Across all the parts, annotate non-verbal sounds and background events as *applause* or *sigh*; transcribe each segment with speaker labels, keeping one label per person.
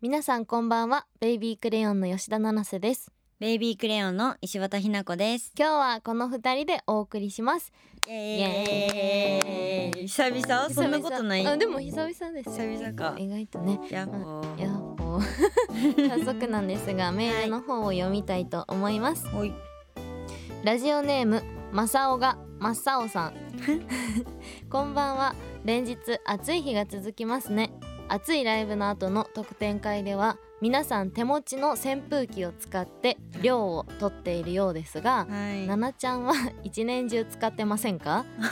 Speaker 1: 皆さんこんばんはベイビークレヨンの吉田七瀬です
Speaker 2: ベイビークレヨンの石渡ひな子です。
Speaker 1: 今日はこの二人でお送りします
Speaker 2: イエーイ。久々そんなことない。
Speaker 1: あでも久々ですよ
Speaker 2: 久々か
Speaker 1: 意外とね
Speaker 2: やっほ
Speaker 1: や
Speaker 2: ー。
Speaker 1: っほ
Speaker 2: *laughs*
Speaker 1: ー早速なんですがメールの方を読みたいと思います
Speaker 2: おい。
Speaker 1: ラジオネームまさおがまさお
Speaker 2: *laughs*
Speaker 1: さんこんばんは連日暑い日が続きますね暑いライブの後の特典会では皆さん手持ちの扇風機を使って涼をとっているようですがな
Speaker 2: は
Speaker 1: なちゃんは *laughs* 一年中使ってませんか
Speaker 2: い。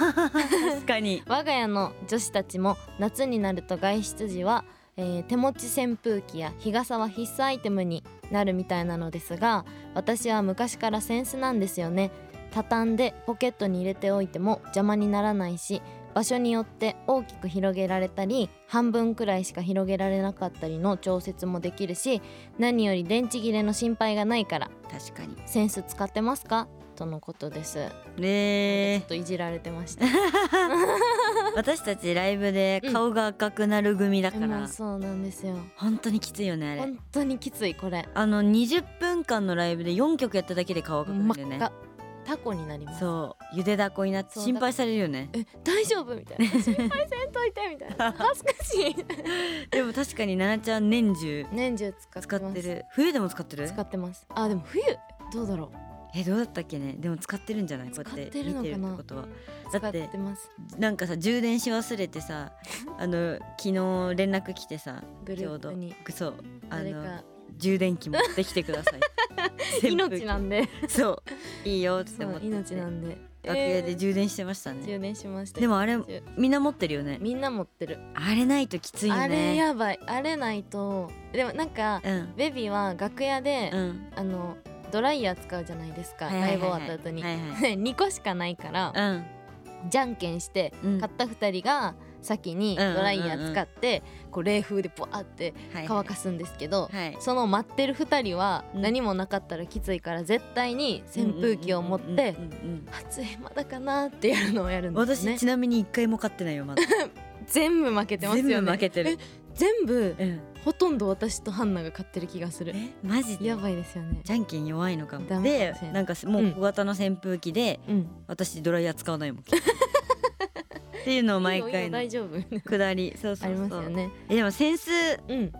Speaker 2: 確かに。
Speaker 1: 我が家の女子たちも夏になると外出時は、えー手持ち扇風機や日傘は必須アイテムになるみたいなのですが私は昔からセンスなんですよね畳んでポケットに入れておいても邪魔にならないし場所によって大きく広げられたり半分くらいしか広げられなかったりの調節もできるし何より電池切れの心配がないから
Speaker 2: 確かに。
Speaker 1: センス使ってますかとのことです、ち
Speaker 2: ね
Speaker 1: ょ
Speaker 2: え
Speaker 1: っ。といじられてました
Speaker 2: 私たちライブで顔が赤くなる組だか
Speaker 1: も
Speaker 2: ら
Speaker 1: う。そうなんですよ
Speaker 2: 本当にきついよねあれ。
Speaker 1: 本当にきついこれ
Speaker 2: あの20分間のライブで4曲やっただけで顔赤く
Speaker 1: 真
Speaker 2: な
Speaker 1: っ
Speaker 2: るよね。
Speaker 1: 赤タコになります
Speaker 2: そう。ゆでだこになって
Speaker 1: そう
Speaker 2: 心配されるよね。
Speaker 1: え大丈夫み
Speaker 2: *laughs*
Speaker 1: たいな心配せんといてみたいな恥ずかしい
Speaker 2: でも確かにななちゃん年中
Speaker 1: 年中使って
Speaker 2: 使
Speaker 1: ま
Speaker 2: っ
Speaker 1: す
Speaker 2: てる。冬でも使ってる
Speaker 1: 使ってますあでも冬どうだろ
Speaker 2: えどうだったっけねでも使ってるんじゃないこうやって
Speaker 1: 使っ
Speaker 2: 見
Speaker 1: てるのかな
Speaker 2: てるってことは
Speaker 1: う
Speaker 2: だ
Speaker 1: 使
Speaker 2: っ
Speaker 1: っててます
Speaker 2: なんかさ充電し忘れ
Speaker 1: *laughs*
Speaker 2: てさあの昨日連絡来てさ
Speaker 1: グループに
Speaker 2: ちょうどそうあ
Speaker 1: 誰
Speaker 2: の
Speaker 1: か
Speaker 2: 充電器持ってきてく
Speaker 1: *laughs*
Speaker 2: ださい
Speaker 1: 命なんで
Speaker 2: 扇風機そういいよって
Speaker 1: そ
Speaker 2: 思っ
Speaker 1: う
Speaker 2: て
Speaker 1: 命なんで
Speaker 2: 楽屋
Speaker 1: え
Speaker 2: で
Speaker 1: ー
Speaker 2: 充電してましたね、
Speaker 1: 充電しました
Speaker 2: でもあれ
Speaker 1: 充
Speaker 2: みんな持ってるよね
Speaker 1: みんな持ってる
Speaker 2: あれないときついよね
Speaker 1: あれやばいあれないとでもなんか
Speaker 2: うん
Speaker 1: ベビーは楽屋で
Speaker 2: うん
Speaker 1: あのドライヤー使うじゃないですか
Speaker 2: はいは
Speaker 1: ラ
Speaker 2: いは
Speaker 1: イ
Speaker 2: い
Speaker 1: ブ終わった後に
Speaker 2: はいは
Speaker 1: *laughs*
Speaker 2: い
Speaker 1: 2個しかないから
Speaker 2: うん
Speaker 1: じゃんけんして
Speaker 2: うん
Speaker 1: 買った2人が先にドライヤー使ってこう冷風でボワって
Speaker 2: はい
Speaker 1: 乾かすんですけど
Speaker 2: はい
Speaker 1: その待ってる2人は
Speaker 2: うん
Speaker 1: 何もなかったらきついから絶対に扇風機を持っ
Speaker 2: うんうん
Speaker 1: て
Speaker 2: うんうん
Speaker 1: 暑いまだかなってやるのをやるんです
Speaker 2: 私、
Speaker 1: ね
Speaker 2: ちなみに一回も買ってないよまだ
Speaker 1: 全部負けてますよね
Speaker 2: 全部負けてる
Speaker 1: え全部
Speaker 2: うん
Speaker 1: ほとんど私とハンナが買ってる気がする
Speaker 2: えマジで
Speaker 1: やばいですよね
Speaker 2: じゃんけん弱いのか
Speaker 1: ダ
Speaker 2: も
Speaker 1: メか
Speaker 2: で
Speaker 1: もしれない
Speaker 2: なんかもう小型の扇風機で、
Speaker 1: うん
Speaker 2: 私ドライヤー使わないもんっていうのを毎
Speaker 1: いいよいい
Speaker 2: 回
Speaker 1: よ
Speaker 2: の
Speaker 1: 大丈夫
Speaker 2: くだりそう
Speaker 1: あ
Speaker 2: そ
Speaker 1: りま
Speaker 2: う
Speaker 1: す
Speaker 2: そ
Speaker 1: よ
Speaker 2: う、
Speaker 1: ね
Speaker 2: えでもセンス
Speaker 1: うん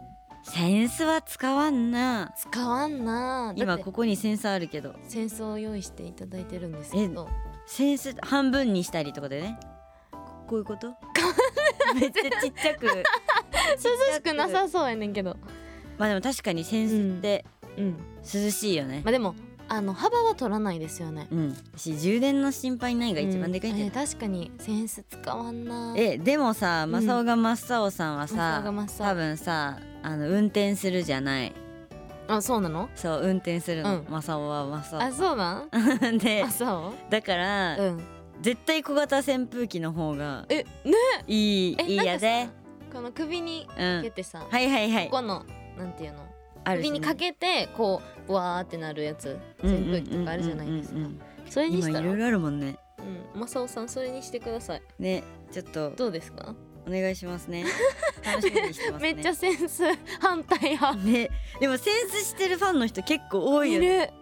Speaker 2: センスは使わんな
Speaker 1: 使わんなだっ
Speaker 2: 今
Speaker 1: て
Speaker 2: ここにセンスあるけど
Speaker 1: 扇子を用意していただいてるんですけど
Speaker 2: センス半分にしたりとかでねここういうことめっちゃちっちゃく
Speaker 1: 涼しくなさそうやねんけど
Speaker 2: まあでも確かにセンスって
Speaker 1: うん
Speaker 2: 涼しいよね
Speaker 1: まあ、でもあの幅は取らないですよね
Speaker 2: うんし充電の心配ないが一番でかいんだ
Speaker 1: うんえ
Speaker 2: よ
Speaker 1: ー確かにセンス使わんな
Speaker 2: えでもさ
Speaker 1: ん
Speaker 2: マサオがマッサオさんは
Speaker 1: マ
Speaker 2: さ
Speaker 1: サオがマッサオ
Speaker 2: 多分さあの運転するじゃない
Speaker 1: あそうなの
Speaker 2: そう運転するの、
Speaker 1: うん
Speaker 2: マサオはマサ
Speaker 1: あそうなん
Speaker 2: オ *laughs* で
Speaker 1: あそ
Speaker 2: だから、
Speaker 1: ううん
Speaker 2: 絶対小型扇風機の方が
Speaker 1: えね
Speaker 2: い
Speaker 1: *laughs*
Speaker 2: い
Speaker 1: え
Speaker 2: いいや
Speaker 1: な
Speaker 2: で
Speaker 1: んかさこの首に
Speaker 2: う
Speaker 1: かけ
Speaker 2: ん
Speaker 1: てさ、
Speaker 2: はいはいはい
Speaker 1: ここのなんていうの
Speaker 2: あ
Speaker 1: 首にかけてこうブワーってなるやつ扇風機とかあるじゃないですか
Speaker 2: うんうんうんうん
Speaker 1: それに
Speaker 2: 今
Speaker 1: し
Speaker 2: い
Speaker 1: たら
Speaker 2: ろいろあるもんね
Speaker 1: うんマサオさんそれにしてください
Speaker 2: ねちょっと
Speaker 1: どうですか
Speaker 2: お願いします
Speaker 1: *laughs*
Speaker 2: ね楽しみにしてます
Speaker 1: め
Speaker 2: ね
Speaker 1: っちゃセンス反対派
Speaker 2: ねでもセンスしてるファンの人結構多い
Speaker 1: い
Speaker 2: よね
Speaker 1: る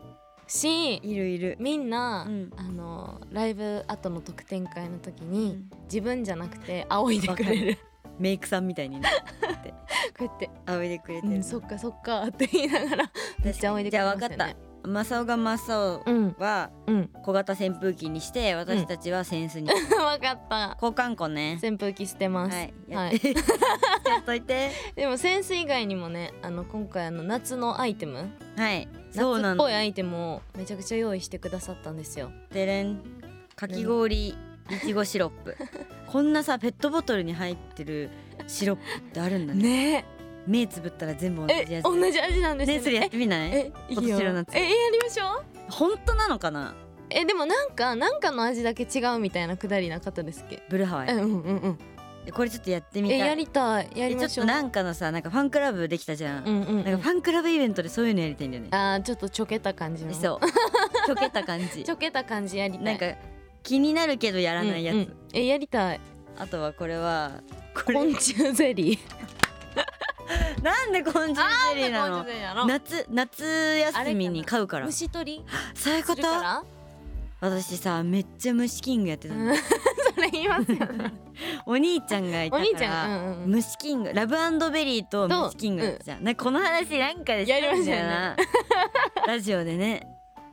Speaker 1: し
Speaker 2: いるいる
Speaker 1: みんな、
Speaker 2: うん
Speaker 1: あのライブ後の特典会の時に、自分じゃなくて仰いでくれる
Speaker 2: メイクさんみたいにね
Speaker 1: こうやって、
Speaker 2: 仰いでくれて
Speaker 1: う
Speaker 2: る
Speaker 1: ん、そっかそっかって言いながらめっちゃ仰いでくれましたよね
Speaker 2: じゃあ分かったマサオがマサオ
Speaker 1: うん
Speaker 2: は
Speaker 1: うん *laughs*
Speaker 2: 小型扇風機にして私たちはセンスに、
Speaker 1: 分かった
Speaker 2: 交換庫ね
Speaker 1: 扇風機捨てます、
Speaker 2: はいや,、
Speaker 1: は
Speaker 2: はいい、やっといて
Speaker 1: でもセンス以外にもねあの今回あの夏のアイテム
Speaker 2: はい
Speaker 1: 夏
Speaker 2: そうな
Speaker 1: っ
Speaker 2: ん
Speaker 1: ぽい
Speaker 2: だ
Speaker 1: アイテムをめちゃくちゃ用意してくださったんですよ
Speaker 2: てれんかき氷いちごシロップこんなさペットボトルに入ってるシロップってあるんだね
Speaker 1: ね
Speaker 2: 目つぶったら全部同
Speaker 1: え
Speaker 2: じやつ
Speaker 1: 同じ味なんですよ
Speaker 2: ねそれやってみない、
Speaker 1: ええいい
Speaker 2: 今
Speaker 1: よ
Speaker 2: 年の夏
Speaker 1: えやりましょう
Speaker 2: 本当なのかな
Speaker 1: えでもなんかなんかの味だけ違うみたいなくだりなかったですっけ
Speaker 2: ブルハワイ
Speaker 1: うん、うんうんうん
Speaker 2: これちょっとやってみた
Speaker 1: え
Speaker 2: い
Speaker 1: やりたいやり
Speaker 2: でちょ
Speaker 1: ま
Speaker 2: っ
Speaker 1: しょ
Speaker 2: と
Speaker 1: う
Speaker 2: なんかのさなんかファンクラブできたじゃん、
Speaker 1: うんうんうん
Speaker 2: なんかファンクラブイベントでそういうのやりたいんだよね
Speaker 1: あーちょっとちょけた感じの
Speaker 2: そう
Speaker 1: *laughs*
Speaker 2: ちょけた感じ
Speaker 1: ちょけた感じやりたい
Speaker 2: なんか気になるけどやらないやつ、
Speaker 1: うんうんえやりたい
Speaker 2: *laughs* あとはこれはこれ
Speaker 1: 昆虫ゼリー
Speaker 2: なんでコンジュゼリーなの夏夏休みに買うから
Speaker 1: 虫取り
Speaker 2: そういうこ
Speaker 1: す
Speaker 2: と
Speaker 1: るから
Speaker 2: 私さめっちゃ虫キングやってたの、
Speaker 1: うん *laughs* それ言いますよね
Speaker 2: お兄ちゃんがいた
Speaker 1: お
Speaker 2: から
Speaker 1: 兄ちゃん、うんうん、
Speaker 2: 虫キングラブベリーと虫キングやってたじゃん、なんかこの話なんかでしたんだよな *laughs* ラジオでね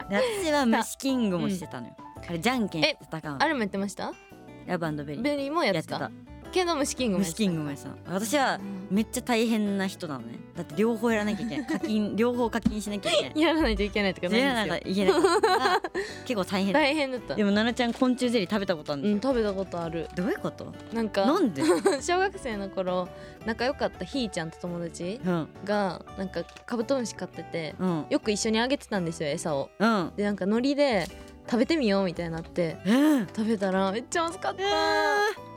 Speaker 2: で私は虫キングもしてたのよ、あれじゃんけん
Speaker 1: え
Speaker 2: 戦うの
Speaker 1: アルムやってました
Speaker 2: ラブベリー
Speaker 1: ベリーもやっ
Speaker 2: や
Speaker 1: て
Speaker 2: って
Speaker 1: た
Speaker 2: た
Speaker 1: けど虫キングもやっ
Speaker 2: 虫
Speaker 1: て
Speaker 2: キ
Speaker 1: た
Speaker 2: ングもやってたの私は
Speaker 1: うん
Speaker 2: めっちゃ大変な人なのねだって両方やらなきゃいけ *laughs* ない課金両方課金しなきゃいけない
Speaker 1: やらないといけないとか
Speaker 2: それや
Speaker 1: な
Speaker 2: ら
Speaker 1: いん
Speaker 2: な
Speaker 1: で
Speaker 2: きゃいけないから結 *laughs* 構大
Speaker 1: すよ
Speaker 2: 変
Speaker 1: 大変だった
Speaker 2: でも奈々ちゃん昆虫ゼリー食べたことあるん
Speaker 1: う
Speaker 2: で
Speaker 1: ん食べたことある
Speaker 2: どういうこと
Speaker 1: なんか
Speaker 2: なんで、
Speaker 1: 小学生の頃仲良かったひーちゃんと友達
Speaker 2: うん
Speaker 1: がなんかカブトムシ飼ってて
Speaker 2: うん
Speaker 1: よく一緒にあげてたんですよ餌を
Speaker 2: *laughs* うん
Speaker 1: でなんか海苔で食べてみようみたいになって
Speaker 2: うん
Speaker 1: 食べたらめっちゃまずかった、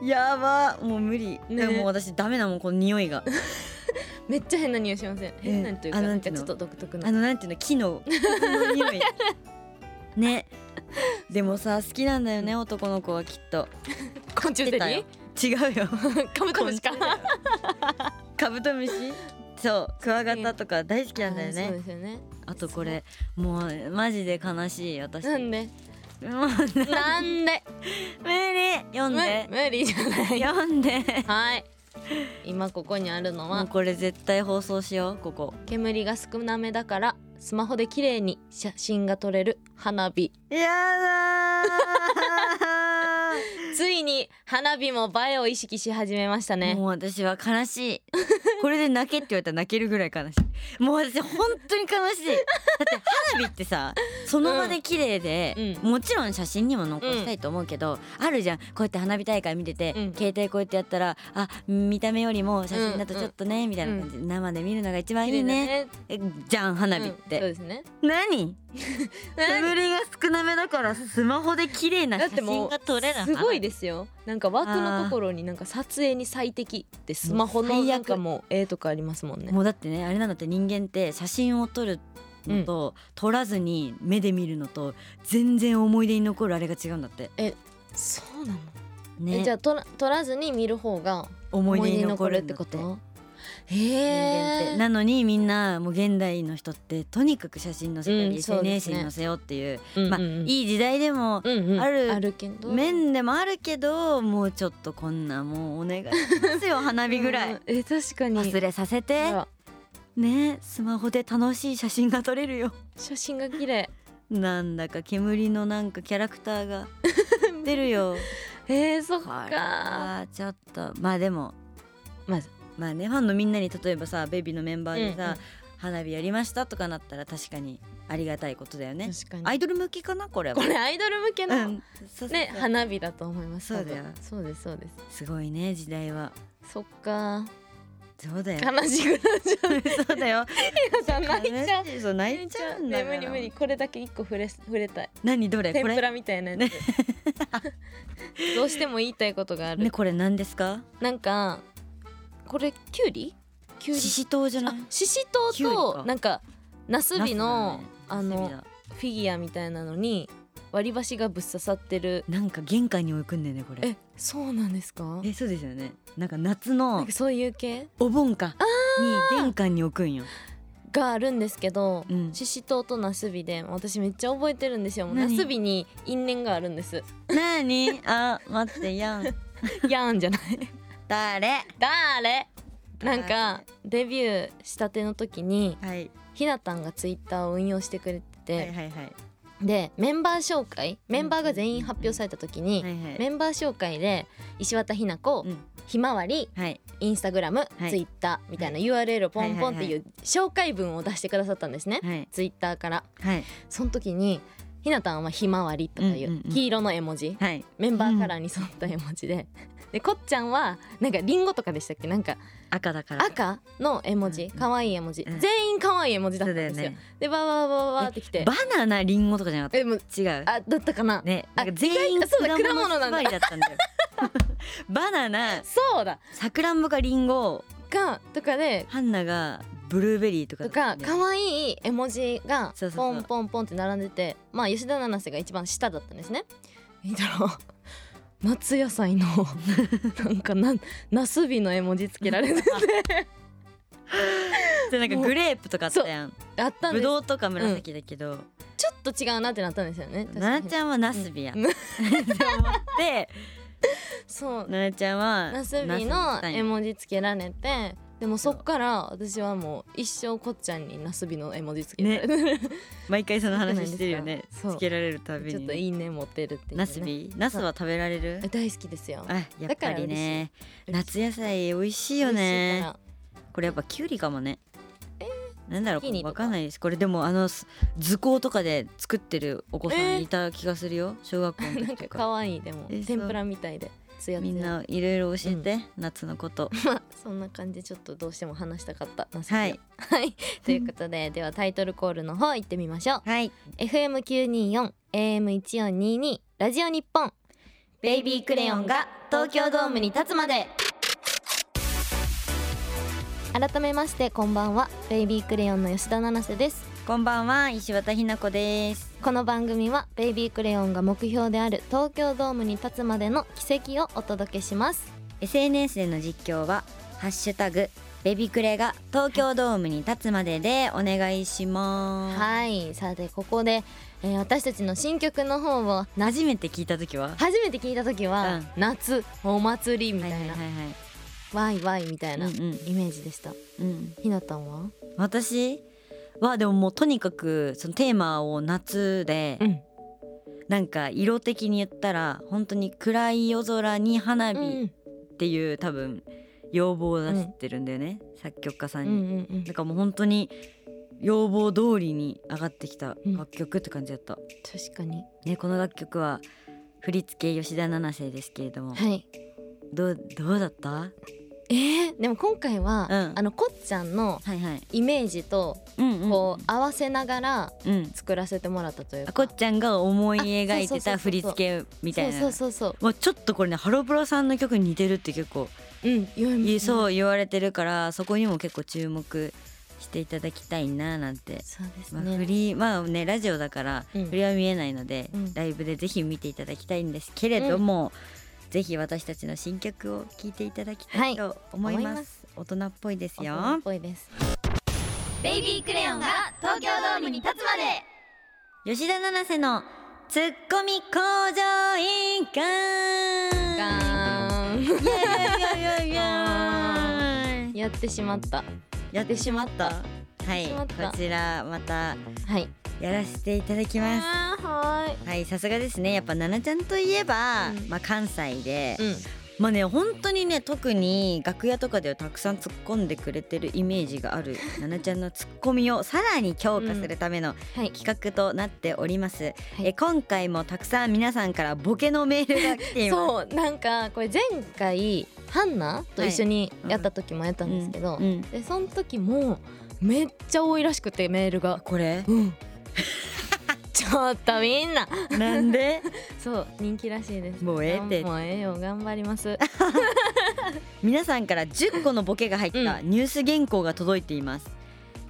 Speaker 2: やばもう無理、
Speaker 1: ね
Speaker 2: でも私ダメだもんこの匂いが
Speaker 1: めっちゃ変な匂いしません変なというか,、
Speaker 2: あな
Speaker 1: なんん
Speaker 2: てい
Speaker 1: か
Speaker 2: う
Speaker 1: ち
Speaker 2: の
Speaker 1: ょっと独特
Speaker 2: あ
Speaker 1: な
Speaker 2: のなんていうの木の木の匂 *laughs* いねでもさ好きなんだよね男の子はきっと
Speaker 1: 昆虫
Speaker 2: 出たよ違う *laughs* よ
Speaker 1: *laughs* カブトムシか
Speaker 2: 昆虫だよカブトムシそうクワガタとか大好きなんだよ
Speaker 1: あーそう
Speaker 2: ね
Speaker 1: ですよね
Speaker 2: あとこれもうマジで悲しい私
Speaker 1: なんで
Speaker 2: もう *laughs*
Speaker 1: なんで
Speaker 2: 無理読ん
Speaker 1: 無
Speaker 2: で
Speaker 1: 無理じゃない
Speaker 2: 読
Speaker 1: *laughs*
Speaker 2: んで
Speaker 1: はい今ここにあるの
Speaker 2: も
Speaker 1: は
Speaker 2: うこれ絶対放送しようここ
Speaker 1: 煙が少なめだからスマホで綺麗に写真が撮れる花火
Speaker 2: やだー
Speaker 1: ついに花火も映えを意識し始めましたね
Speaker 2: もう私は悲しい *laughs* これで泣けって言われたら泣けるぐらい悲しいもう私本当に悲しいだって花火っ
Speaker 1: *laughs*
Speaker 2: てさその場で綺麗で、
Speaker 1: う
Speaker 2: もちろん写真にも残したいと思うけど、あるじゃんこうやって花火大会見てて、
Speaker 1: うん
Speaker 2: 携帯こうやってやったらあ見た目よりも写真だとちょっとね、みたいな感じで生で見るのが一番いいねえじゃん
Speaker 1: 綺
Speaker 2: 花
Speaker 1: 麗だね
Speaker 2: 火っ
Speaker 1: うんそう
Speaker 2: て、
Speaker 1: です
Speaker 2: *laughs*
Speaker 1: ね
Speaker 2: 何煙が少なめだからスマホで綺麗な
Speaker 1: だ
Speaker 2: 写
Speaker 1: っても
Speaker 2: 真
Speaker 1: う
Speaker 2: が撮れる
Speaker 1: すごいですよなんか枠のところになんか撮影に最適ってスマホ
Speaker 2: も
Speaker 1: の
Speaker 2: う最
Speaker 1: な
Speaker 2: 悪
Speaker 1: んかもう絵とかありますもんね
Speaker 2: もうだってねあれなんだって人間って写真を撮るのと、撮らずに目で見るのと全然思い出に残るあれが違うんだって
Speaker 1: そうなの、え
Speaker 2: ね
Speaker 1: じゃあ撮ら撮らずに見る方が
Speaker 2: 思
Speaker 1: 思
Speaker 2: い
Speaker 1: い
Speaker 2: 出
Speaker 1: 出
Speaker 2: に
Speaker 1: に
Speaker 2: 残
Speaker 1: 残
Speaker 2: る
Speaker 1: る
Speaker 2: っ
Speaker 1: ってて
Speaker 2: こ
Speaker 1: こととへ
Speaker 2: 人間って
Speaker 1: え
Speaker 2: なのにみんなもう現代の人ってとにかく写真載せたり、
Speaker 1: うんそうです
Speaker 2: SNS
Speaker 1: ね
Speaker 2: に載せようっていう、
Speaker 1: うん
Speaker 2: まあ、
Speaker 1: うんうん
Speaker 2: いい時代でも
Speaker 1: うんうん
Speaker 2: ある
Speaker 1: あるけど
Speaker 2: 面でもあるけどもうちょっとこんなもうお願いしますよ花火ぐら
Speaker 1: うん
Speaker 2: い
Speaker 1: え確かに
Speaker 2: 忘れさせ
Speaker 1: ほ
Speaker 2: て
Speaker 1: ら
Speaker 2: ねスマホで楽しい写真が撮れるよ
Speaker 1: 写真が綺麗
Speaker 2: なんだか煙のなんかキャラクタ
Speaker 1: *laughs*
Speaker 2: ーが出るよ
Speaker 1: えー、そっ
Speaker 2: これ
Speaker 1: か
Speaker 2: はちょっとまあでも
Speaker 1: まず
Speaker 2: まあねファンのみんなに例えばさベビーのメンバーでさ、
Speaker 1: うんうん
Speaker 2: 花火やりましたとかなったら確かにありがたいことだよね
Speaker 1: 確かに
Speaker 2: アイドル向きかなこれは
Speaker 1: これアイドル向け
Speaker 2: う
Speaker 1: の、
Speaker 2: んそうそうそう
Speaker 1: ね花火だと思います
Speaker 2: そうだ
Speaker 1: 多
Speaker 2: よ
Speaker 1: 分そうですそうです
Speaker 2: ごいね時代は
Speaker 1: すそっか
Speaker 2: そうだ
Speaker 1: *laughs*
Speaker 2: よ
Speaker 1: 悲しくなっちゃう
Speaker 2: そうだよ
Speaker 1: ひなちゃん泣いちゃう
Speaker 2: 悲しいそう泣いちゃうんだ
Speaker 1: ね
Speaker 2: から
Speaker 1: 無理無理これだけ一個触れ触れたい
Speaker 2: 何どれ
Speaker 1: 天
Speaker 2: こ
Speaker 1: ぷ
Speaker 2: れ
Speaker 1: らみたいなやつ、 *laughs* どうしても言いたいことがある、
Speaker 2: ねこれ何ですか
Speaker 1: なんかこれきゅうりきゅうり
Speaker 2: シシトウじゃな
Speaker 1: あ
Speaker 2: い
Speaker 1: ししと
Speaker 2: きゅうり
Speaker 1: うと
Speaker 2: か
Speaker 1: なんかなすびの、あ
Speaker 2: ナスだね
Speaker 1: の
Speaker 2: ナスビだ
Speaker 1: フィギュアみたいなのに割り箸がぶっ刺さってる
Speaker 2: なんか玄関に置くんだよねこれ
Speaker 1: えそうなんですか
Speaker 2: えそうですよねなんか夏
Speaker 1: なん
Speaker 2: の
Speaker 1: かそういう系
Speaker 2: お盆かに玄関に置くんよ
Speaker 1: があるんですけど、
Speaker 2: うん
Speaker 1: ししとうとなすびで私めっちゃ覚えてるんですよもうな
Speaker 2: 何
Speaker 1: すびに因縁があるんです
Speaker 2: *laughs* な
Speaker 1: *laughs*
Speaker 2: あにあ待ってやん
Speaker 1: やんじゃない
Speaker 2: 誰
Speaker 1: 誰なんかデビューしたての時に
Speaker 2: はい
Speaker 1: ひなたんがツイッターを運用してくれてて、
Speaker 2: はいはいはい
Speaker 1: でメンバー紹介メンバーが全員発表された時に、
Speaker 2: はいはい
Speaker 1: メンバー紹介で石渡ひな子、
Speaker 2: うん
Speaker 1: ひまわり
Speaker 2: はい
Speaker 1: インスタグラム、
Speaker 2: はい
Speaker 1: ツイッターみたいな URL をポンポンって
Speaker 2: はい
Speaker 1: いう紹介文を出してくださったんですね、
Speaker 2: はい
Speaker 1: ツイッターから
Speaker 2: はい
Speaker 1: その時にひなたんはひまわりとかい
Speaker 2: うんうん
Speaker 1: う
Speaker 2: うん
Speaker 1: 黄色の絵文字、
Speaker 2: はい
Speaker 1: メンバーカラーに沿った絵文字で、でこっちゃんはなんかリンゴとかでしたっけなんか
Speaker 2: 赤だから
Speaker 1: 赤の絵文
Speaker 2: う
Speaker 1: 字
Speaker 2: んうん
Speaker 1: 可愛い絵文字、
Speaker 2: うん
Speaker 1: 全員可愛い絵文字だった
Speaker 2: そうんだよ
Speaker 1: ですよ
Speaker 2: ね
Speaker 1: でバーバーバーバーってきて
Speaker 2: バナナリンゴとかじゃなかっ
Speaker 1: えもう
Speaker 2: た違う
Speaker 1: あだったかな、
Speaker 2: ねなんか
Speaker 1: あ
Speaker 2: 全員
Speaker 1: 意外とそうだ
Speaker 2: 果
Speaker 1: 果
Speaker 2: 物
Speaker 1: 物なんだ
Speaker 2: 縛りだったんだよバ
Speaker 1: *laughs*
Speaker 2: ナナ
Speaker 1: そうだ
Speaker 2: さくらんぼかリンゴ
Speaker 1: かとかで
Speaker 2: ハンナがブルーベリーとか
Speaker 1: とか可愛い絵文字が
Speaker 2: そうそう
Speaker 1: ポ
Speaker 2: そ
Speaker 1: ンポ
Speaker 2: う
Speaker 1: ンポンって並んでてまあ吉田七瀬が一番下だったんですね。見
Speaker 2: *laughs*
Speaker 1: たら夏野菜のなんかななすびの絵文字つけられてて
Speaker 2: *laughs* でなんかグレープとかあったやん
Speaker 1: あったん
Speaker 2: ぶ
Speaker 1: です
Speaker 2: どうとか紫だけど、
Speaker 1: ちょっと違うなってなったんですよね確かに
Speaker 2: 奈々ちゃんはナスビや、
Speaker 1: うん
Speaker 2: って
Speaker 1: *laughs*
Speaker 2: 思って
Speaker 1: そう
Speaker 2: 奈々ちゃんは
Speaker 1: ナスビの絵文字つけられてでもそっから私はもう一生こっちゃんにナスビの絵文字つけられて、 *laughs*
Speaker 2: 毎回その話してるよね
Speaker 1: そう
Speaker 2: つけられるたび
Speaker 1: ちょっ
Speaker 2: に
Speaker 1: と
Speaker 2: ね
Speaker 1: いいね持ってるっていう、ね、
Speaker 2: ナスビナスは食べられる
Speaker 1: 大好きですよ
Speaker 2: あやっぱりね夏野菜美味しい
Speaker 1: い
Speaker 2: よねこれやっぱキュウリかもねなんだろう
Speaker 1: ズッキーニとか
Speaker 2: わかんないですこれでもあのす図工とかで作ってるお子さ
Speaker 1: え
Speaker 2: ん
Speaker 1: ー
Speaker 2: いた気がするよ小学校の
Speaker 1: なんか
Speaker 2: 時とか
Speaker 1: 可愛いでも
Speaker 2: えそう
Speaker 1: 天ぷらみたいでつやつや
Speaker 2: みんないろいろ教えて夏のこと
Speaker 1: まあそんな感じでちょっとどうしても話したかったナスビ
Speaker 2: は
Speaker 1: *laughs* はい
Speaker 2: い、
Speaker 1: ということで *laughs* ではタイトルコールの方行ってみましょう
Speaker 2: はい
Speaker 1: FM924 AM1422 ラジオ日本ベイビークレヨンが東京ドームに立つまで改めましてこんばんはベイビークレヨンの吉田七瀬です
Speaker 2: こんばんは石渡ひな子です
Speaker 1: この番組はベイビークレヨンが目標である東京ドームに立つまでの奇跡をお届けします
Speaker 2: SNS での実況はハッシュタグベビクレが東京ドームに立つまででお願いします
Speaker 1: はいさてここで、えー私たちの新曲の方をなじ
Speaker 2: 初めて聞いた時は
Speaker 1: 初めて聞いた時は、
Speaker 2: うん
Speaker 1: 夏お祭りみ
Speaker 2: は
Speaker 1: た
Speaker 2: い
Speaker 1: い
Speaker 2: は
Speaker 1: な、
Speaker 2: いはいはい
Speaker 1: ワイワイみたいな
Speaker 2: う
Speaker 1: イ
Speaker 2: んうん
Speaker 1: メージでした、
Speaker 2: うん
Speaker 1: ひなたんは
Speaker 2: 私はでももうとにかくそのテーマを夏で、
Speaker 1: ん
Speaker 2: なんか色的に言ったら本当に暗い夜空に花
Speaker 1: う
Speaker 2: 火
Speaker 1: ん
Speaker 2: っていう、多分要望を出してるんだよね、作曲家さ
Speaker 1: うんん
Speaker 2: に。
Speaker 1: うん
Speaker 2: なんかもう本当に要望通りに上がってきた楽曲って感じだった。
Speaker 1: 確かに
Speaker 2: ねこの楽曲は振り付け吉田七瀬ですけれども、
Speaker 1: はい
Speaker 2: どうどうだった？は
Speaker 1: えー、でも今回は、
Speaker 2: うん
Speaker 1: あのこっちゃんの
Speaker 2: いはい。
Speaker 1: イメージと
Speaker 2: うんうん
Speaker 1: こう、合わせながら
Speaker 2: うん。
Speaker 1: 作らせてもらったという
Speaker 2: あ
Speaker 1: か
Speaker 2: こっちゃんが思い描い
Speaker 1: あそうそうそうそ
Speaker 2: て
Speaker 1: う
Speaker 2: た振り付けみたいな。
Speaker 1: そうそうそう
Speaker 2: まあ、ちょっとこれねハロプロさんの曲に似てるって結構
Speaker 1: そううん言われます
Speaker 2: い
Speaker 1: ね
Speaker 2: そう言われてるからそこにも結構注目していただきたいななんて、
Speaker 1: そうです
Speaker 2: まあ、
Speaker 1: ね、
Speaker 2: 振りまあねラジオだから
Speaker 1: うん
Speaker 2: 振りは見えないので、
Speaker 1: うん
Speaker 2: ライブでぜひ見ていただきたいんですけれども、ぜひ私たちの新曲を聴いていただきたいと思います,、
Speaker 1: はい思いま
Speaker 2: 大人っぽいですよ
Speaker 1: 大人っぽいです
Speaker 3: ベイビークレヨンが東京ドームに立つまで
Speaker 2: 吉田七瀬のツッコミ工場委員会
Speaker 1: ガーン *laughs*
Speaker 2: イエーイイエーイイエーイ
Speaker 1: やってしまった
Speaker 2: やってしまった。はい、
Speaker 1: やってしまった
Speaker 2: こちらまた
Speaker 1: はい
Speaker 2: やらせていただきます。
Speaker 1: あーはーい
Speaker 2: はい、さすがですね。やっぱ奈々ちゃんといえば、
Speaker 1: うん
Speaker 2: まあ関西で、
Speaker 1: うん
Speaker 2: まあね本当にね特に楽屋とかではたくさん突っ込んでくれてるイメージがある奈々ちゃんの突っ込みを *laughs* さらに強化するための
Speaker 1: はい
Speaker 2: 企画となっております。
Speaker 1: はい
Speaker 2: え今回もたくさん皆さんからボケのメールが来ています。
Speaker 1: そうなんかこれ前回ハンナと一緒にやった時もやったんですけど、
Speaker 2: うんうん
Speaker 1: でその時もめっちゃ多いらしくてメールが
Speaker 2: これ *laughs*
Speaker 1: うん *laughs* ちょっとみんな
Speaker 2: なんで
Speaker 1: そう人気らしいです
Speaker 2: もうええって
Speaker 1: もうええよ頑張ります
Speaker 2: 皆さんから10個のボケが入ったニュース原稿が届いています、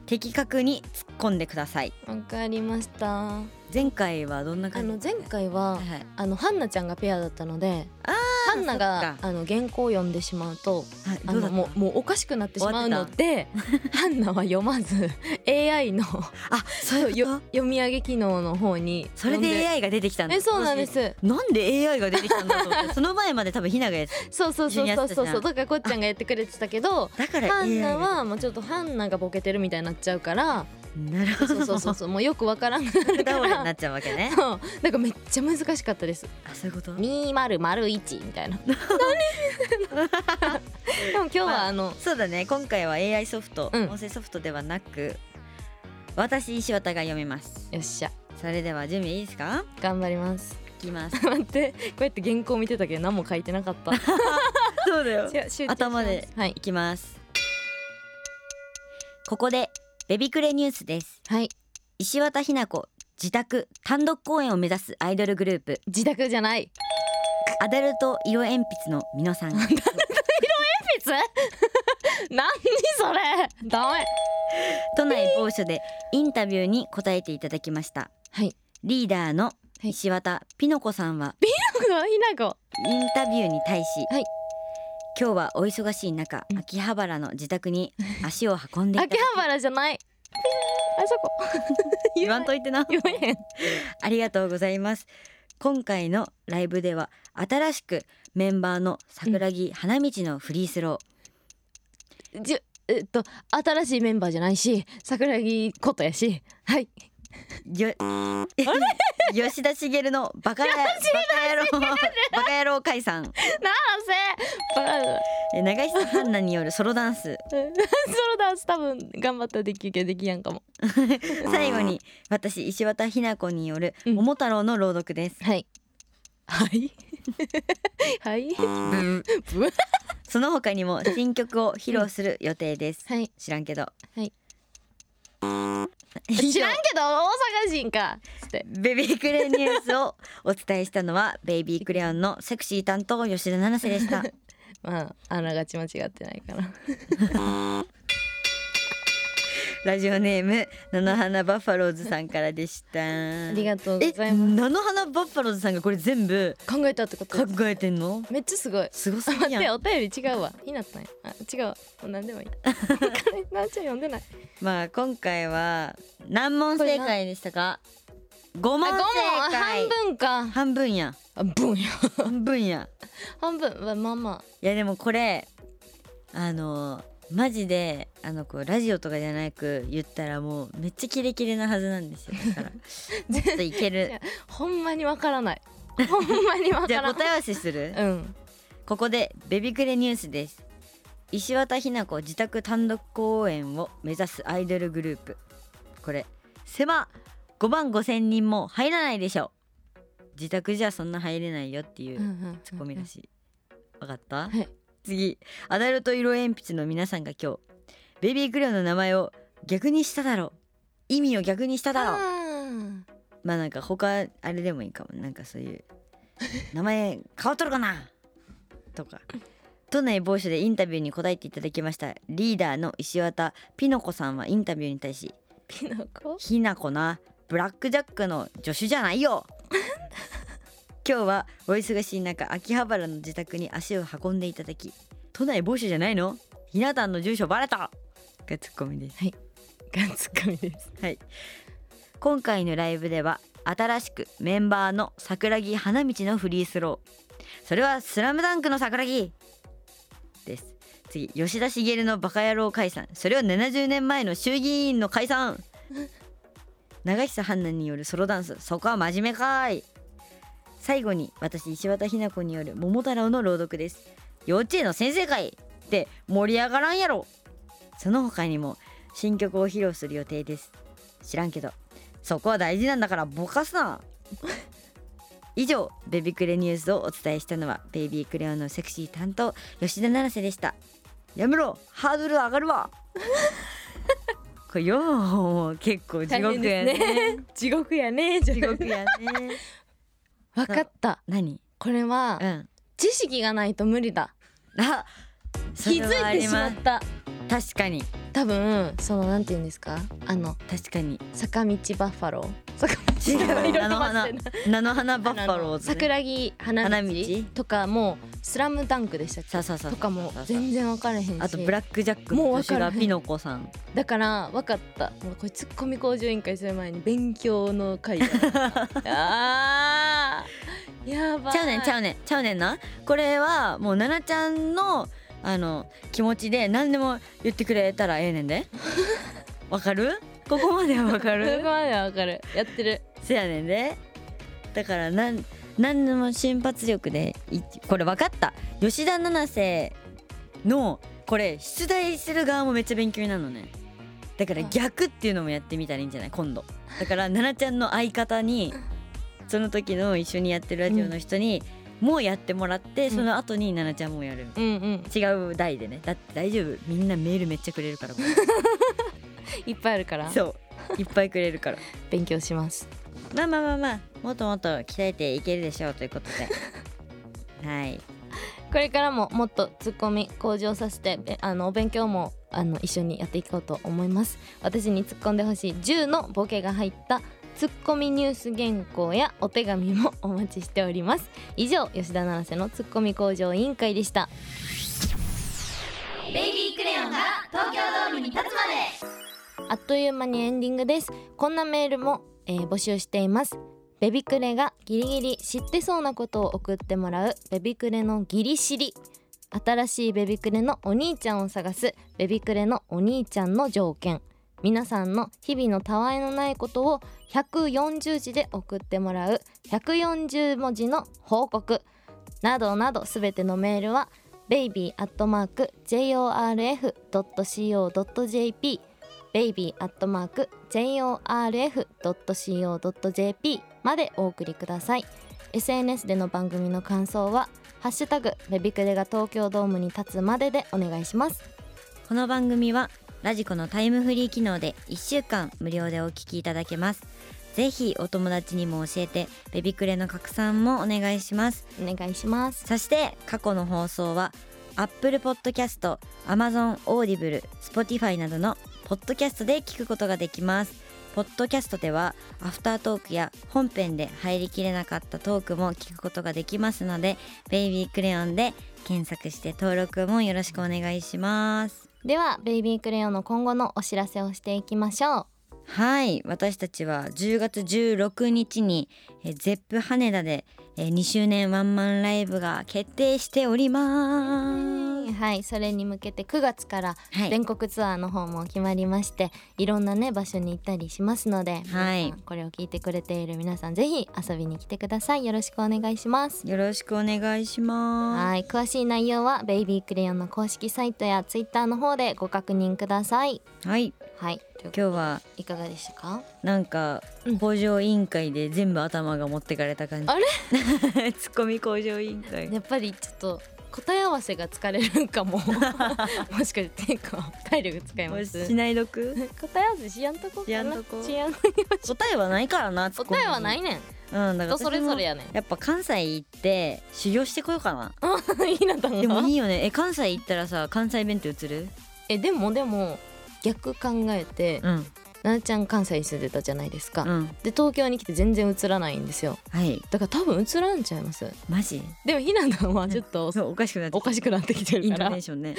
Speaker 2: 的確に突っ込んでください
Speaker 1: わかりましたあ
Speaker 2: 前回はどんな感じ
Speaker 1: の前回は
Speaker 2: はいはい
Speaker 1: あのハンナちゃんがペアだったので
Speaker 2: あー
Speaker 1: ハンナが
Speaker 2: そっか
Speaker 1: あの原稿を読んでしまうと
Speaker 2: はい
Speaker 1: あ
Speaker 2: どうだ
Speaker 1: の
Speaker 2: っ
Speaker 1: も
Speaker 2: た
Speaker 1: うもうおかしくなってしまうので *laughs* ハンナは読まず AI の
Speaker 2: あそういうこ
Speaker 1: よ
Speaker 2: と
Speaker 1: 読み上げ機能の方に
Speaker 2: それ
Speaker 1: 飛ん
Speaker 2: で AI が出てきたんだ
Speaker 1: えそうなんです
Speaker 2: なんで AI が出てきたんだと思ってその前まで多分ひながやって
Speaker 1: そうそうそうそうそう
Speaker 2: ジュニアスタジ
Speaker 1: そう
Speaker 2: ャン
Speaker 1: だからこっちゃんがやってくれてたけど
Speaker 2: ただから
Speaker 1: ハ
Speaker 2: AI
Speaker 1: ンナ
Speaker 2: が
Speaker 1: はもうちょっとハンナがボケてるみたいになっちゃう *laughs* から
Speaker 2: なるほ
Speaker 1: そ
Speaker 2: ど
Speaker 1: うそうそうそうもうよくわからんくなるか
Speaker 2: 倒れにな
Speaker 1: ら
Speaker 2: っちゃうわけね
Speaker 1: *laughs* そうなんかめっちゃ難しかったです
Speaker 2: あそういうこと
Speaker 1: 2001みた *laughs* いな何でも今日はあの
Speaker 2: そうだね今回は AI ソフト、
Speaker 1: うん
Speaker 2: 音声ソフトではなく私石渡が読みます
Speaker 1: よっしゃ
Speaker 2: それでは準備いいですか
Speaker 1: 頑張ります *laughs*
Speaker 2: いきます
Speaker 1: 待ってこうやって原稿見てたけど何も書いてなかった *laughs*
Speaker 2: そうだよ
Speaker 1: 違う集中します
Speaker 2: 頭で
Speaker 1: はい
Speaker 2: いきますここでベビクレニュースです
Speaker 1: はい
Speaker 2: 石渡ひな子自宅単独公演を目指すアイドルグループ
Speaker 1: 自宅じゃ *laughs* ない
Speaker 2: アダルト色鉛筆の美濃さん
Speaker 1: 鉛筆 *laughs* 何それダ *laughs* メ
Speaker 2: 都内某所でインタビューに答えていただきました
Speaker 1: はい
Speaker 2: リーダーの
Speaker 1: い
Speaker 2: 石渡ピノコさんは
Speaker 1: ひなこ
Speaker 2: インタビューに対し、
Speaker 1: はい
Speaker 2: 今日はお忙しい中
Speaker 1: うん
Speaker 2: 秋葉原の自
Speaker 1: *laughs*
Speaker 2: 宅に足を運んでいただ
Speaker 1: 秋
Speaker 2: き
Speaker 1: 葉原じゃないあそこ *laughs*
Speaker 2: 言わん
Speaker 1: と
Speaker 2: といてな
Speaker 1: 言わへん
Speaker 2: ありがとうございます今回のライブでは新しくメンバーの桜木花道のフリースロー、
Speaker 1: じゅえっと新しいメンバーじゃないし桜木ことやしはい *laughs*
Speaker 2: よ *laughs* 吉田茂のバカやバカ野郎バカ野郎解散
Speaker 1: な *laughs* あ
Speaker 2: え長久絆奈によるソロダンス
Speaker 1: せソロダンス多分頑張ったらできるけどできやんかも
Speaker 2: 最後に私石渡ひな子による
Speaker 1: うん
Speaker 2: 桃太郎の朗読です、
Speaker 1: はいはい *laughs* はいブー
Speaker 2: *laughs* その他にも新曲を披露する予定です、
Speaker 1: はい
Speaker 2: 知らんけど
Speaker 1: はい
Speaker 2: 以上
Speaker 1: 知らんけど大阪人かつって
Speaker 2: ベビークレヨンニュースを *laughs* お伝えしたのはベイビークレヨンのセクシー担当吉田七瀬で
Speaker 1: *laughs*
Speaker 2: した
Speaker 1: まああながち間違ってないから
Speaker 2: ラジオネーム菜の花バッファローズさんからでした
Speaker 1: ありがとうご
Speaker 2: え
Speaker 1: ざいます
Speaker 2: 菜の花バッファローズさんがこれ全部
Speaker 1: 考えたってこと
Speaker 2: 考えてんの
Speaker 1: めっちゃすごい
Speaker 2: すごす
Speaker 1: あ
Speaker 2: ぎ
Speaker 1: 待っ
Speaker 2: や
Speaker 1: て
Speaker 2: ん
Speaker 1: お便り違うわひなたんやあ違うわもう何 *laughs* でもいいなんちゃん読んでない
Speaker 2: まあ今回は何問正解でしたか五問
Speaker 1: あ
Speaker 2: 正
Speaker 1: 五問
Speaker 2: 解
Speaker 1: 半分か
Speaker 2: 半分や
Speaker 1: あブンや
Speaker 2: 半分や
Speaker 1: 半分はまあま
Speaker 2: いやでもこれあのマジであのこうラジオとかじゃなく言ったらもうめっちゃキレキレなはずなんですよだ
Speaker 1: *laughs*
Speaker 2: からちょっといけ
Speaker 1: いや
Speaker 2: る
Speaker 1: あほんまにわから
Speaker 2: *laughs*
Speaker 1: ないほんまにわ
Speaker 2: じ
Speaker 1: か
Speaker 2: ゃ
Speaker 1: ら
Speaker 2: あ
Speaker 1: な
Speaker 2: 答
Speaker 1: い
Speaker 2: え合わせする
Speaker 1: うん
Speaker 2: ここでベビクレニュースです石渡ひな子自宅単独公演を目指すアイドルグループこれ狭5万5千人も入らないでしょ自宅じゃそんな入れないよってい
Speaker 1: うんう
Speaker 2: うん
Speaker 1: うん
Speaker 2: ツッコミらしいわかっ
Speaker 1: は
Speaker 2: た、
Speaker 1: い
Speaker 2: 次アダルト色鉛筆の皆さんが今日ベビークレヨンの名前を逆にしただろう意味を逆にしただろう
Speaker 1: うん
Speaker 2: まあなんか他あれでもいいかもなんかそういう名前変わっとるかなとか都内某所でインタビューに答えていただきましたリーダーの石渡ピノコさんはインタビューに対し
Speaker 1: ピノコ
Speaker 2: 「ひなこなブラックジャックの助手じゃないよ! 」 *laughs* 今日はお忙しい中秋葉原の自宅に足を運んでいただき「都内某所じゃないのひなたんの住所バレた!」がツッコミです。
Speaker 1: がツッコミです
Speaker 2: 今回のライブでは新しくメンバーの桜木花道のフリースローそれは「スラムダンクの桜木です次吉田茂の「バカ野郎解散」それは70年前の衆議院の解散長久絆奈によるソロダンスそこは真面目かーい最後に私石渡ひな子による「桃太郎」の朗読です幼稚園の先生会って盛り上がらんやろその他にも新曲を披露する予定です知らんけどそこは大事なんだからぼかすな *laughs* 以上ベビクレニュースをお伝えしたのはベイビークレヨンのセクシー担当吉田七瀬でしたやめろハードル上が
Speaker 1: *laughs*
Speaker 2: るわこれよう結構地獄
Speaker 1: 大変
Speaker 2: やね
Speaker 1: 地獄やねじゃ
Speaker 2: 地獄やね
Speaker 1: わかった
Speaker 2: 何
Speaker 1: これは
Speaker 2: うん
Speaker 1: 知識がないと無理だ
Speaker 2: あそ
Speaker 1: 気
Speaker 2: れは
Speaker 1: づ
Speaker 2: あ
Speaker 1: いて
Speaker 2: り
Speaker 1: しま
Speaker 2: ま
Speaker 1: っ
Speaker 2: す
Speaker 1: た
Speaker 2: 確かに
Speaker 1: 多分そのなんて言うんですかあの
Speaker 2: 確かに
Speaker 1: 坂道バッファロー坂
Speaker 2: 違
Speaker 1: 道バッファロー色
Speaker 2: う菜
Speaker 1: 々
Speaker 2: の
Speaker 1: 混
Speaker 2: 花
Speaker 1: ぜて
Speaker 2: 菜の花バ
Speaker 1: な
Speaker 2: ッファロー
Speaker 1: あの
Speaker 2: ズね
Speaker 1: 桜木花道
Speaker 2: 花道
Speaker 1: とかもうスラムダンクでしたっけ
Speaker 2: そうそうそう
Speaker 1: とかも全然分からへんし
Speaker 2: あとブラックジャック
Speaker 1: もう
Speaker 2: の
Speaker 1: 分
Speaker 2: 助
Speaker 1: か
Speaker 2: 手
Speaker 1: らへん
Speaker 2: がピノコさん
Speaker 1: だから分かったもうこれツッコミ向上委員会する前に勉強の
Speaker 2: *laughs*
Speaker 1: 会だなあーやばい
Speaker 2: ちゃうねんちゃうねんちゃうねんなこれはもう奈々ちゃんのあの気持ちで何でも言ってくれたらええねんでわかるここまではわか
Speaker 1: そこ
Speaker 2: る
Speaker 1: までは分かるやってる
Speaker 2: せやねんでだからなん何でも瞬発力でいこれわかった吉田七瀬のこれ出題する側もめっちゃ勉強になるのねだから逆っていうのもやってみたらいいんじゃない今度だから奈々ちゃんの相方にその時の一緒にやってるラジオの人に、もうやってもらって、
Speaker 1: ん
Speaker 2: その後に奈々ちゃんもやる
Speaker 1: うんうん
Speaker 2: 違う題でねだって大丈夫みんなメールめっちゃくれるからこれ *laughs*
Speaker 1: いっぱいあるから
Speaker 2: そういっぱいくれるから
Speaker 1: 勉強します
Speaker 2: まあまあまあまあもっともっと鍛えていけるでしょうということではい
Speaker 1: これからももっとツッコミ向上させてべあのお勉強もあの一緒にやっていこうと思います私に突っ込んでほしい10のボケが入ったツッコミニュース原稿やお手紙もお待ちしております以上吉田七瀬のツッコミ向上委員会でした
Speaker 3: ベイビークレヨンが東京ドームに立つまで
Speaker 1: あっという間にエンディングですこんなメールも、えー募集していますベビクレがギリギリ知ってそうなことを送ってもらうベビクレのギリ知り新しいベビクレのお兄ちゃんを探すベビクレのお兄ちゃんの条件皆さんの日々のたわいのないことを140字で送ってもらう140文字の報告などなどすべてのメールは baby.jorf.co.jp baby.jorf.co.jp までお送りください SNS での番組の感想は「ハッシュタグベビクレが東京ドームに立つまで」でお願いします
Speaker 2: この番組はラジコのタイムフリー機能で1週間無料でお聞きいただけますぜひお友達にも教えてベビクレの拡散もお願いします
Speaker 1: お願いします
Speaker 2: そして過去の放送は Apple Podcast、Amazon Audible、Spotify などのポッドキャストで聞くことができます。ポッドキャストではアフタートークや本編で入りきれなかったトークも聞くことができますので、ベイビークレヨンで検索して登録もよろしくお願いします。
Speaker 1: ではベイビークレヨンの今後のお知らせをしていきましょう
Speaker 2: はい私たちは10月16日にえーゼップ羽田でえー2周年ワンマンライブが決定しております。
Speaker 1: はいそれに向けて9月から
Speaker 2: はい
Speaker 1: 全国ツアーの方も決まりまして、い、ろんなね場所に行ったりしますので、
Speaker 2: はい
Speaker 1: 皆さんこれを聞いてくれている皆さんぜひ遊びに来てくださいよろしくお願いします
Speaker 2: よろしくお願いします。
Speaker 1: はい詳しい内容はベイビークレヨンの公式サイトやツイッターの方でご確認ください
Speaker 2: はい、
Speaker 1: はいということで
Speaker 2: 今日はい
Speaker 1: かがでしたか
Speaker 2: なんか
Speaker 1: うん
Speaker 2: 工場委員会で全部頭が持ってかれた感じ。
Speaker 1: あ
Speaker 2: れ？ *laughs* ツッコミ工場委員会。
Speaker 1: やっぱりちょっと答え合わせが疲れるんか *laughs* ももしかして結構体力使い
Speaker 2: も
Speaker 1: ま
Speaker 2: う
Speaker 1: す
Speaker 2: しないどく
Speaker 1: *laughs* 答え合わせしやんとこかな
Speaker 2: しやんとこ
Speaker 1: しやん
Speaker 2: 答えはないからな。ツッコミ
Speaker 1: 答えはない。ねん
Speaker 2: うん、だから
Speaker 1: 人それぞれ
Speaker 2: や。
Speaker 1: やねん
Speaker 2: やっぱ関西行って修行してこようかな。
Speaker 1: *laughs* いいなと思う
Speaker 2: でもいいよね。え関西行ったらさ関西弁って映る？
Speaker 1: えでもでも逆考えて、
Speaker 2: うん
Speaker 1: ななちゃん関西に住んでたじゃないですか、
Speaker 2: うん
Speaker 1: で東京に来て全然映らないんですよ
Speaker 2: はい
Speaker 1: だから多分映らんちゃいます
Speaker 2: マジ。
Speaker 1: でもひなたはちょっと
Speaker 2: そうおかしくなって
Speaker 1: おかしくなってきて
Speaker 2: イ
Speaker 1: る
Speaker 2: ン
Speaker 1: か
Speaker 2: ト
Speaker 1: ら
Speaker 2: ネー
Speaker 1: ち
Speaker 2: ションね。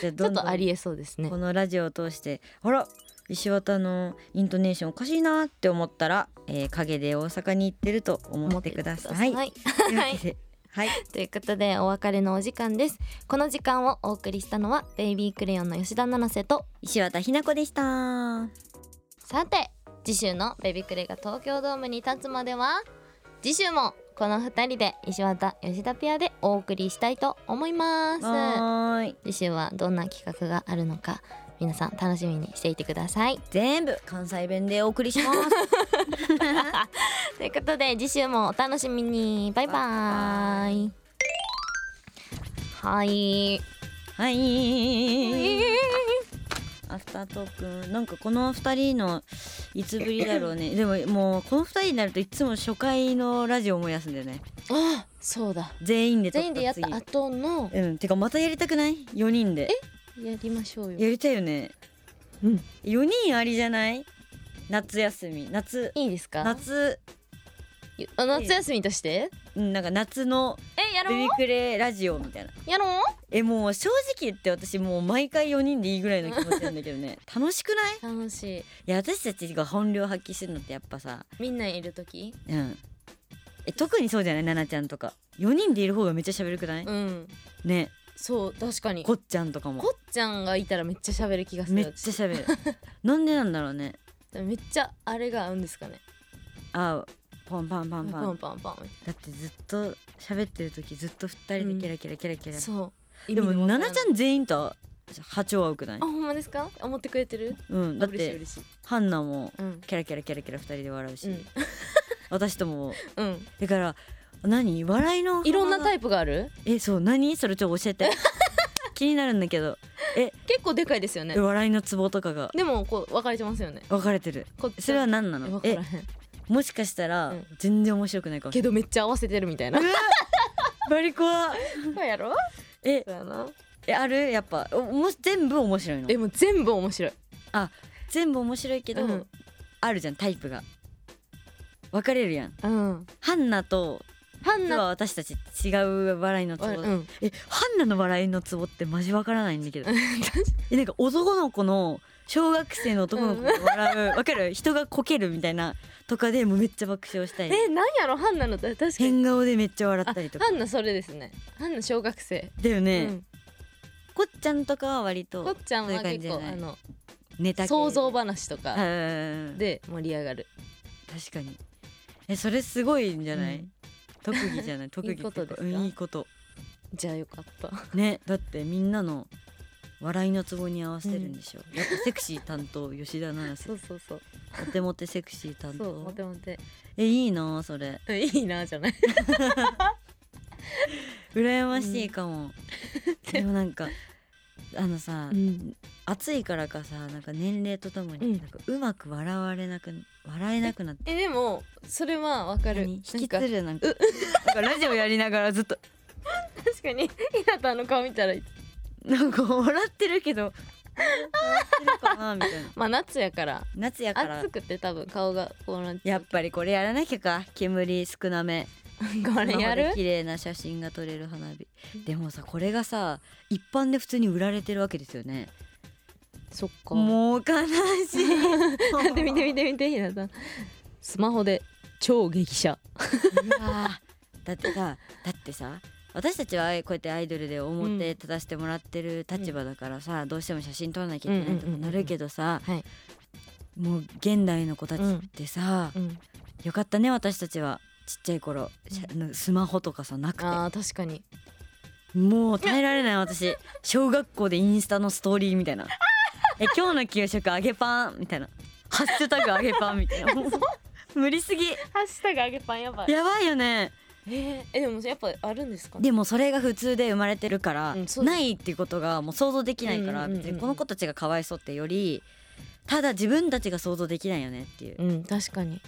Speaker 2: じゃ
Speaker 1: ょ
Speaker 2: あど
Speaker 1: っ
Speaker 2: んどん
Speaker 1: とありえそうですね
Speaker 2: このラジオを通してあら石渡のイントネーションおかしいなって思ったら、えー、陰で大阪に行ってると思ってください。
Speaker 1: 思ってくださ
Speaker 2: というわけで *laughs* はい、
Speaker 1: ということでお別れのお時間ですこの時間をお送りしたのはベイビークレヨンの吉田七瀬と
Speaker 2: 石渡ひな子でした。
Speaker 1: さて次週の「ベビクレが東京ドームに立つまでは」次週もこの2人で石渡吉田ペアでお送りしたいと思います
Speaker 2: はーい、
Speaker 1: 次週はどんな企画があるのか皆さん楽しみにしていてください
Speaker 2: 全部関西弁でお送りします。 *laughs*
Speaker 1: ということで次週もお楽しみにバイバーイはい
Speaker 2: はい。アフタートークなんかこの二人のいつぶりだろう *laughs* ね。でももうこの二人になるといつも初回のラジオ思い出すんだよね。
Speaker 1: あそうだ
Speaker 2: 全員で撮
Speaker 1: 全員でやった
Speaker 2: 次
Speaker 1: 後の
Speaker 2: うん。てかまたやりたくない？4人で。
Speaker 1: やりましょうよ
Speaker 2: やりたいよね。
Speaker 1: うん。
Speaker 2: 4人ありじゃない？夏休み、夏、
Speaker 1: いいですか
Speaker 2: 夏、
Speaker 1: あ夏休みとして
Speaker 2: うんなんか夏の
Speaker 1: えや
Speaker 2: ベ
Speaker 1: ろ
Speaker 2: ビ
Speaker 1: う
Speaker 2: クレラジオみたいな。
Speaker 1: やろう
Speaker 2: えもう正直言って私もう毎回4人でいいぐらいの気持ちなんだけど *laughs* ね。楽しくない？
Speaker 1: 楽しい
Speaker 2: いや私たちが本領発揮するのってやっぱさ、
Speaker 1: みんないる時
Speaker 2: うん。え特にそうじゃない？奈々ちゃんとか。4人でいる方がめっちゃ喋るくない？
Speaker 1: うん
Speaker 2: ね、
Speaker 1: そう確かに
Speaker 2: こ
Speaker 1: こ
Speaker 2: っちゃんとかも。
Speaker 1: っちゃんがいたらめっちゃ喋る気がする
Speaker 2: めっちゃ喋る。なんでなんだろうね。
Speaker 1: めっちゃあれが合うんですかね
Speaker 2: あ、ポンパンパンパン。
Speaker 1: パンパンパン
Speaker 2: だってずっと喋ってる時ずっと二人でキラキラキラキラ、
Speaker 1: そう
Speaker 2: でも奈々
Speaker 1: 々
Speaker 2: ちゃん全員と波長合うくない
Speaker 1: あほんまですか思ってくれてる
Speaker 2: うんだっ
Speaker 1: 嬉しい
Speaker 2: て
Speaker 1: 嬉しい
Speaker 2: ハンナも
Speaker 1: うん
Speaker 2: キラキラキラキラ二人で笑うし、
Speaker 1: うん
Speaker 2: 私とも
Speaker 1: うん
Speaker 2: だから何笑いの
Speaker 1: いろんなタ
Speaker 2: イ
Speaker 1: イプがある
Speaker 2: プえそう何それちょっと教
Speaker 1: *laughs*
Speaker 2: えて気になるんだけど
Speaker 1: 結構でかいですよね
Speaker 2: え笑いのツボとかが
Speaker 1: でもこう分かれてますよね
Speaker 2: 分かれてる
Speaker 1: こっち
Speaker 2: それは何な
Speaker 1: 分
Speaker 2: の
Speaker 1: から
Speaker 2: え
Speaker 1: へん
Speaker 2: もしかしたら
Speaker 1: うん
Speaker 2: 全然面白くないかもし
Speaker 1: けどめっちゃ合わせてるみたいな
Speaker 2: れないバリコは
Speaker 1: そうやろ
Speaker 2: え
Speaker 1: そうやな
Speaker 2: えあるやっぱおもし全部面白いの
Speaker 1: えもう全部面白い
Speaker 2: 全部面白いけど、
Speaker 1: うん
Speaker 2: あるじゃんタイプが分かれるやん
Speaker 1: うん
Speaker 2: ハンナと
Speaker 1: ハン
Speaker 2: 実
Speaker 1: ナ
Speaker 2: は私たち違う笑いのツボ、
Speaker 1: うん
Speaker 2: えハンナの笑いのツボってマジわからない
Speaker 1: *laughs*
Speaker 2: んだけどえなんか男の子の小学生の男の子が笑 *laughs* うわかる人がこけるみたいなとかでもうめっちゃ爆笑したい
Speaker 1: えなんやろハンナの確かに
Speaker 2: 変顔でめっちゃ笑
Speaker 1: あ
Speaker 2: ったりとか
Speaker 1: ハンナそれですねハンナ小学生
Speaker 2: だよね、
Speaker 1: うん
Speaker 2: こっちゃんとかは割と
Speaker 1: こっちゃんは
Speaker 2: そういう感じ
Speaker 1: 結
Speaker 2: じゃ
Speaker 1: 構
Speaker 2: ない
Speaker 1: あの
Speaker 2: ネタ系
Speaker 1: 想像話とか
Speaker 2: で
Speaker 1: で盛り上がる
Speaker 2: 確かにえそれすごいんじゃない、
Speaker 1: うん
Speaker 2: 特技じゃない特技ってい
Speaker 1: いいこと
Speaker 2: うか
Speaker 1: ですか
Speaker 2: うんいいこと
Speaker 1: じゃあよかった
Speaker 2: ねだってみんなの笑いのツボに合わせてるんでしょ、やっぱセクシー担当吉田七瀬
Speaker 1: そうそうそう
Speaker 2: モテモテセクシー担
Speaker 1: そうモ
Speaker 2: 当
Speaker 1: テモテ
Speaker 2: えいいなそれ
Speaker 1: うんいいなじゃない
Speaker 2: 羨ましいかも、でもなんかあのさ、
Speaker 1: うん
Speaker 2: 暑いからかさなんか年齢ととも
Speaker 1: うん
Speaker 2: になんかうまく笑われなく笑えなくなって
Speaker 1: えでもそれはわかる
Speaker 2: 何引き
Speaker 1: なん
Speaker 2: つ
Speaker 1: か
Speaker 2: るなんかなんかラジオやりながらずっと
Speaker 1: 確かにひなたの顔見たら
Speaker 2: なんか笑ってるけど笑ってるかなみたいな
Speaker 1: まあ夏やから
Speaker 2: 夏やから
Speaker 1: 暑くて多分顔がこうなっちゃ
Speaker 2: やっ
Speaker 1: う
Speaker 2: ぱりこれやらなきゃか煙少なめ
Speaker 1: これや
Speaker 2: スマホ
Speaker 1: る
Speaker 2: で綺麗な写真が撮れる花火でもさこれがさ一般で普通に売られてるわけですよね
Speaker 1: そっか
Speaker 2: もう悲しい
Speaker 1: だ *laughs* って見て見て見てひなたスマホで超激写
Speaker 2: うわーだってさだってさ私たちはこうやってアイドルで表立たせてもらってる立場だからさ、どうしても写真撮らなきゃいけないとかなるけどさ、
Speaker 1: うんうんうん
Speaker 2: もう現代の子たちってさ、
Speaker 1: うん
Speaker 2: よかったね私たちはちっちゃい頃、しゃスマホとかさなくて
Speaker 1: あー確かに
Speaker 2: もう耐えられない私小学校でインスタのストーリーみたいな「え今日の給食揚げパン」みたいな「ハッシュタグ揚げパン」みた
Speaker 1: *laughs*
Speaker 2: いなもう無理すぎ
Speaker 1: ハッシュタグ揚げパンやば
Speaker 2: やばいよね
Speaker 1: えー、えでもやっぱあるんですか
Speaker 2: でもそれが普通で生まれてるから、
Speaker 1: うんそう
Speaker 2: ないっていうことがもう想像できないから、
Speaker 1: うんうんうんうん
Speaker 2: 別にこの子たちがかわいそうってよりただ自分たちが想像できないよねっていう
Speaker 1: うん確か *laughs* に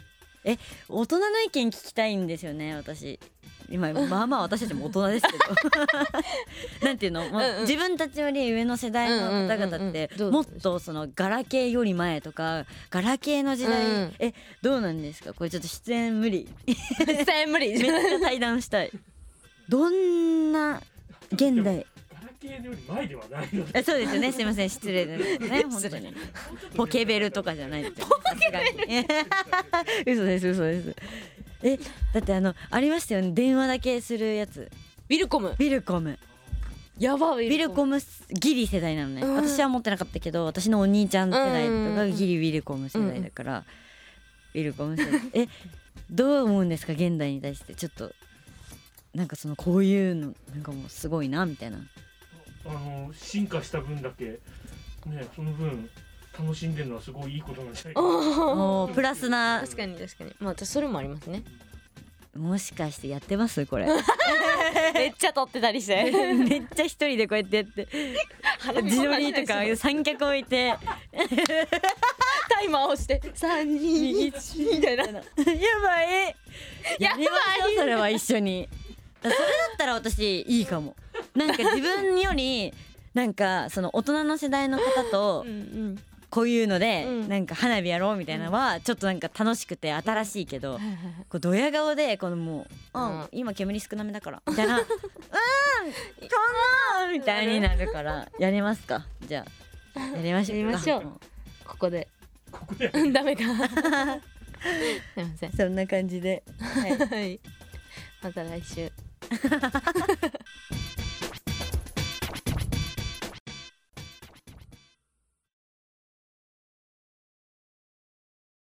Speaker 2: 大人の意見聞きたいんですよね私
Speaker 1: *laughs*
Speaker 2: 今まあまあ私たちも大人ですけど *laughs* なんていうの、まあ
Speaker 1: うんうん
Speaker 2: 自分たちより上の世代の方々って
Speaker 1: うんうんうんうん
Speaker 2: もっとそのガラケーより前とかガラケーの時代、
Speaker 1: うん
Speaker 2: えどうなんですかこれちょっと出演無理
Speaker 1: 絶対無理 *laughs*
Speaker 2: めっちゃ対談したいどんな現代
Speaker 4: ガラケーより前ではないので
Speaker 2: えそうですよねすいません失礼です *laughs* ね本当にポケベルとかじゃないですよねさすがに嘘です嘘ですえだってあのありましたよね電話だけするやつ
Speaker 1: ウィルコム
Speaker 2: ビルコム
Speaker 1: やばウ
Speaker 2: ビルコ
Speaker 1: ム
Speaker 2: ムギリ世代なのね、
Speaker 1: うん
Speaker 2: 私は持ってなかったけど私のお兄ちゃん世代とか
Speaker 1: うん
Speaker 2: ギリビルコム世代だから、ビルコム世代えどう思うんですか現代に対してちょっとなんかそのこういうのなんかもうすごいなみたいな
Speaker 4: あの進化した分だけねその分楽しんでるのはすごいいいことなんじゃないかな
Speaker 2: もうプラスな
Speaker 1: 確かに確かにまあそれもありますね
Speaker 2: もしかしてやってますこれ
Speaker 1: めっちゃ撮ってたりし *laughs* て
Speaker 2: *laughs* めっちゃ一人でこうやってやって自撮りとか三脚置いて
Speaker 1: タイマーをして三二一みたいな
Speaker 2: やばいやりましょうそれは一緒にそれだったら私いいかもなんか自分よりなんかその大人の世代の方と
Speaker 1: うん
Speaker 2: こういうので
Speaker 1: うん
Speaker 2: なんか花火やろうみたいなのはちょっとなんか楽しくて新しいけどこうドヤ顔でこのもう「
Speaker 1: うん
Speaker 2: あ今煙少なめだから」みたい
Speaker 1: *laughs*
Speaker 2: な「うんこんな!」みたいになるからやりますかじゃあやりましょうか
Speaker 1: やりましょうここで
Speaker 4: ここで
Speaker 1: *laughs* ダ *laughs* メかすいません
Speaker 2: そんな感じで。はい
Speaker 1: はいまた来週